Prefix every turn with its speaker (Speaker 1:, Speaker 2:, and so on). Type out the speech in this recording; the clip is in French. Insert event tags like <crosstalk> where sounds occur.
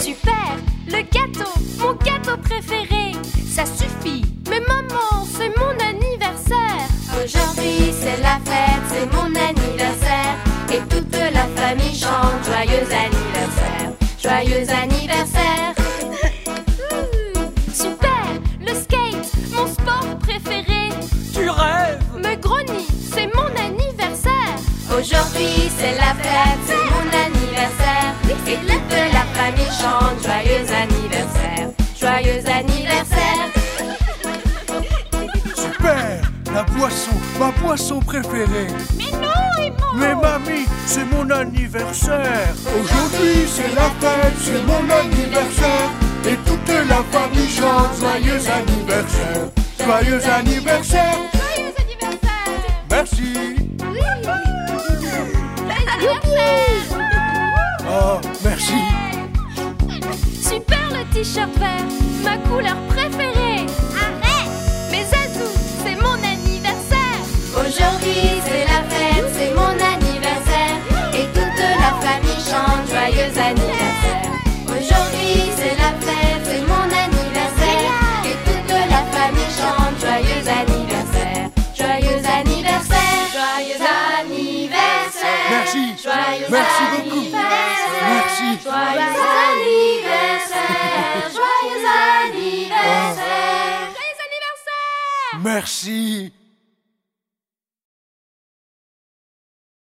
Speaker 1: Super, le gâteau, mon gâteau préféré. Ça suffit, mais maman, c'est mon anniversaire.
Speaker 2: Aujourd'hui c'est la fête, c'est mon anniversaire Et toute la famille chante joyeux anniversaire Joyeux anniversaire
Speaker 1: <laughs> Super, le skate, mon sport préféré.
Speaker 3: Tu rêves
Speaker 1: Me grogny, c'est mon anniversaire.
Speaker 2: Aujourd'hui c'est la fête, c'est mon anniversaire Et toute la famille chante joyeux anniversaire Joyeux anniversaire
Speaker 4: Super La boisson, ma boisson préférée
Speaker 1: Mais non, Emo
Speaker 4: Mais mamie, c'est mon anniversaire Aujourd'hui c'est la fête, c'est mon anniversaire Et toute la famille chante joyeux anniversaire Joyeux anniversaire
Speaker 1: Joyeux anniversaire
Speaker 4: Merci
Speaker 1: Oui Joyeux anniversaire
Speaker 4: Oh, merci
Speaker 1: Super le t-shirt vert, ma couleur préférée Arrête Mais Zazou, c'est mon anniversaire
Speaker 2: Aujourd'hui c'est la fête, c'est mon anniversaire Et toute la famille chante joyeux anniversaire Aujourd'hui c'est la fête, c'est mon anniversaire Et toute la famille chante joyeux anniversaire Joyeux anniversaire, joyeux anniversaire
Speaker 4: Merci
Speaker 2: Joyeux
Speaker 4: Merci beaucoup
Speaker 2: anniversaire
Speaker 4: Merci
Speaker 2: Joyeux anniversaire, joyeux anniversaire
Speaker 1: Joyeux anniversaire
Speaker 4: Merci